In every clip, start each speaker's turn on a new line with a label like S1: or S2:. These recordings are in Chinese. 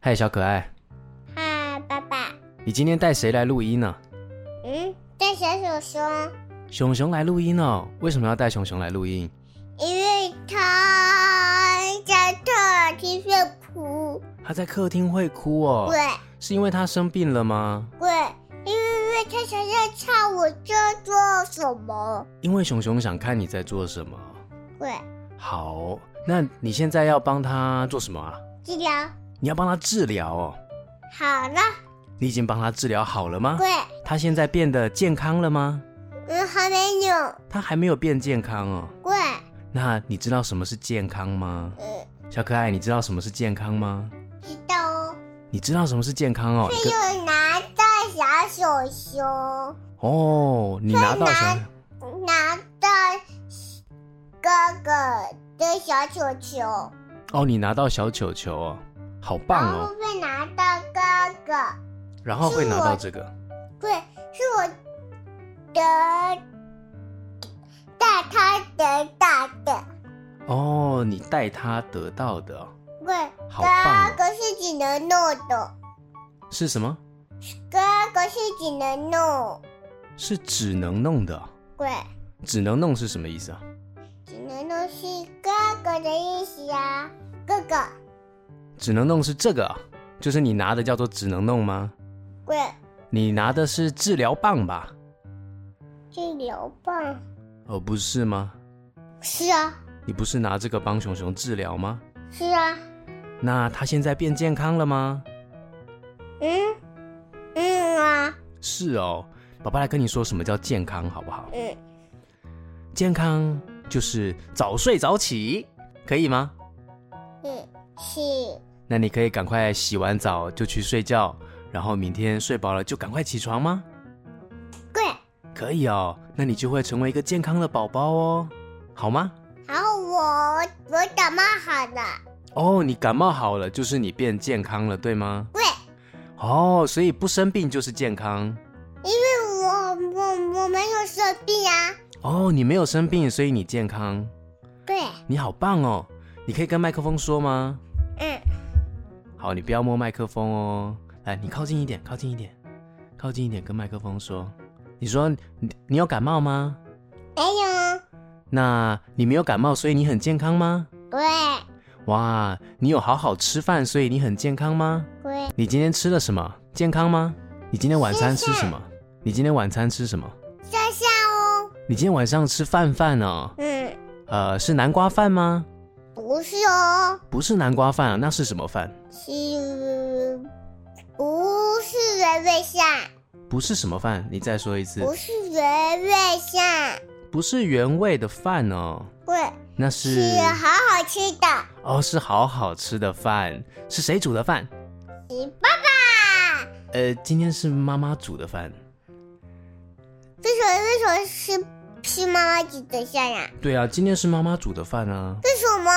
S1: 嗨，小可爱，
S2: 嗨，爸爸。
S1: 你今天带谁来录音呢？
S2: 嗯，带小手熊，
S1: 熊熊来录音哦。为什么要带熊熊来录音？
S2: 因为他在特听睡哭，
S1: 他在客厅会哭哦。
S2: 对
S1: 是因为他生病了吗？
S2: 对，因为他想要看我在做什么。
S1: 因为熊熊想看你在做什么。
S2: 对，
S1: 好，那你现在要帮他做什么啊？
S2: 治疗
S1: 你要帮他治疗哦。
S2: 好了，
S1: 你已经帮他治疗好了吗？
S2: 对，
S1: 他现在变得健康了吗？
S2: 嗯，还没有，
S1: 他还没有变健康哦。
S2: 对，
S1: 那你知道什么是健康吗？
S2: 嗯，
S1: 小可爱，你知道什么是健康吗？
S2: 知道哦。
S1: 你知道什么是健康哦？你跟
S2: 又拿到小手熊。
S1: 哦，你拿到什么？
S2: 拿到哥哥的小球球，
S1: 哦，你拿到小球球哦，好棒
S2: 然后
S1: 哦！
S2: 会拿到哥哥，
S1: 然后会拿到这个，
S2: 对，是我的带他得到的，
S1: 哦，你带他得到的哦、
S2: 对，
S1: 好棒哦
S2: 哥哥是只能弄的，
S1: 是什么？
S2: 哥哥是只能弄，
S1: 是只能弄的哦、
S2: 对，
S1: 只能弄是什么意思啊？
S2: 只能弄是哥哥的意思啊，哥哥，
S1: 只能弄是这个哦、就是你拿的叫做只能弄吗？
S2: 对，
S1: 你拿的是治疗棒吧？
S2: 是牛棒，
S1: 哦，不是吗？
S2: 是啊，
S1: 你不是拿这个帮熊熊治疗吗？
S2: 是啊。
S1: 那他现在变健康了吗？
S2: 嗯，嗯啊，
S1: 是哦，爸爸来跟你说什么叫健康好不好？
S2: 嗯，
S1: 健康就是早睡早起，可以吗？
S2: 嗯，是，
S1: 那你可以赶快洗完澡就去睡觉，然后明天睡饱了就赶快起床吗？
S2: 对，
S1: 可以哦，那你就会成为一个健康的宝宝哦，好吗？
S2: 然后我我感冒好了，
S1: 哦，你感冒好了，就是你变健康了，对吗？
S2: 对，
S1: 哦，所以不生病就是健康。
S2: 因为我我我没有生病啊，
S1: 哦，你没有生病，所以你健康，
S2: 对，
S1: 你好棒哦！你可以跟麦克风说吗？
S2: 嗯，
S1: 好，你不要摸麦克风哦。来，你靠近一点，靠近一点，靠近一点，跟麦克风说。你说你你有感冒吗？
S2: 没有，
S1: 那你没有感冒，所以你很健康吗？
S2: 对，
S1: 哇，你有好好吃饭，所以你很健康吗？
S2: 对，
S1: 你今天吃了什么？健康吗？你今天晚餐吃什么？你今天晚餐吃什么？
S2: 笑笑哦，
S1: 你今天晚上吃饭饭哦？
S2: 嗯，
S1: 呃，是南瓜饭吗？
S2: 不是哦，
S1: 不是南瓜饭啊，那是什么饭？
S2: 是，不是人类像，
S1: 不是什么饭？你再说一次，
S2: 不是人类像，
S1: 不是原味的饭哦，
S2: 对，
S1: 那是
S2: 是啊好好吃的，
S1: 哦，是好好吃的饭，是谁煮的饭？
S2: 是爸爸。
S1: 呃，今天是妈妈煮的饭。
S2: 为什么为什么是是妈妈煮的下呀？
S1: 对啊，今天是妈妈煮的饭啊。
S2: 为什么？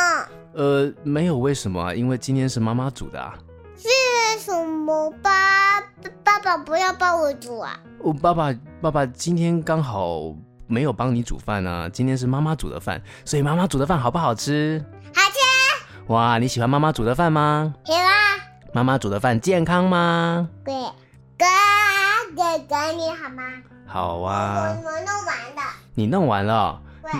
S1: 呃，没有为什么啊，因为今天是妈妈煮的啊。
S2: 为什么爸爸爸不要帮我煮啊？
S1: 我、哦爸爸爸爸今天刚好没有帮你煮饭啊，今天是妈妈煮的饭，所以妈妈煮的饭好不好吃？
S2: 好吃
S1: 哇，你喜欢妈妈煮的饭吗？
S2: 行啊，
S1: 妈妈煮的饭健康吗？
S2: 对，哥哥哥你好吗？
S1: 好
S2: 我
S1: 啊，
S2: 我弄完了，
S1: 你弄完了哦，
S2: 对，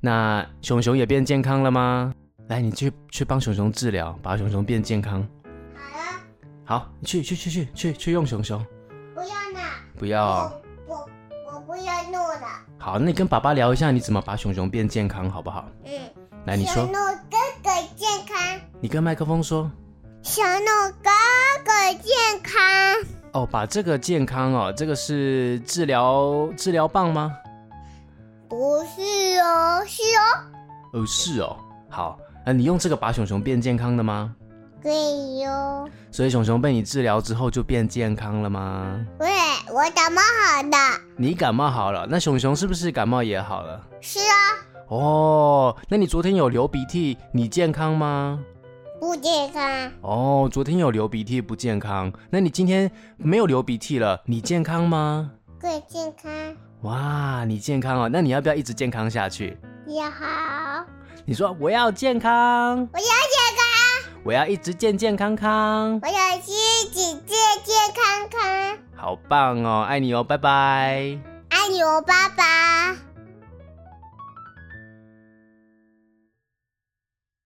S1: 那熊熊也变健康了吗？来，你去去帮熊熊治疗，把熊熊变健康。
S2: 好了，
S1: 好，你去去去去去去用熊熊，
S2: 不要了，
S1: 不要。
S2: 我我我不要弄了，
S1: 好，那你跟爸爸聊一下，你怎么把熊熊变健康，好不好？
S2: 嗯，
S1: 来，你说
S2: 想，弄哥哥健康，
S1: 你跟麦克风说。
S2: 想弄哥哥健康，
S1: 哦，把这个健康哦，这个是治疗治疗棒吗？
S2: 不是哦，是哦，
S1: 哦，是哦。好，那你用这个把熊熊变健康的吗？
S2: 对哟、
S1: 所以熊熊被你治疗之后就变健康了吗？
S2: 喂，我感冒好的。
S1: 你感冒好了，那熊熊是不是感冒也好了？
S2: 是啊，
S1: 哦，那你昨天有流鼻涕，你健康吗？
S2: 不健康。
S1: 哦，昨天有流鼻涕不健康，那你今天没有流鼻涕了，你健康吗？
S2: 更健康
S1: 哇，你健康哦，那你要不要一直健康下去？
S2: 也好，
S1: 你说我要健康，
S2: 我要健康，
S1: 我要一直健健康康，
S2: 我要自己健健康康，
S1: 好棒哦，爱你哦，拜拜。
S2: 爱你哦，爸爸。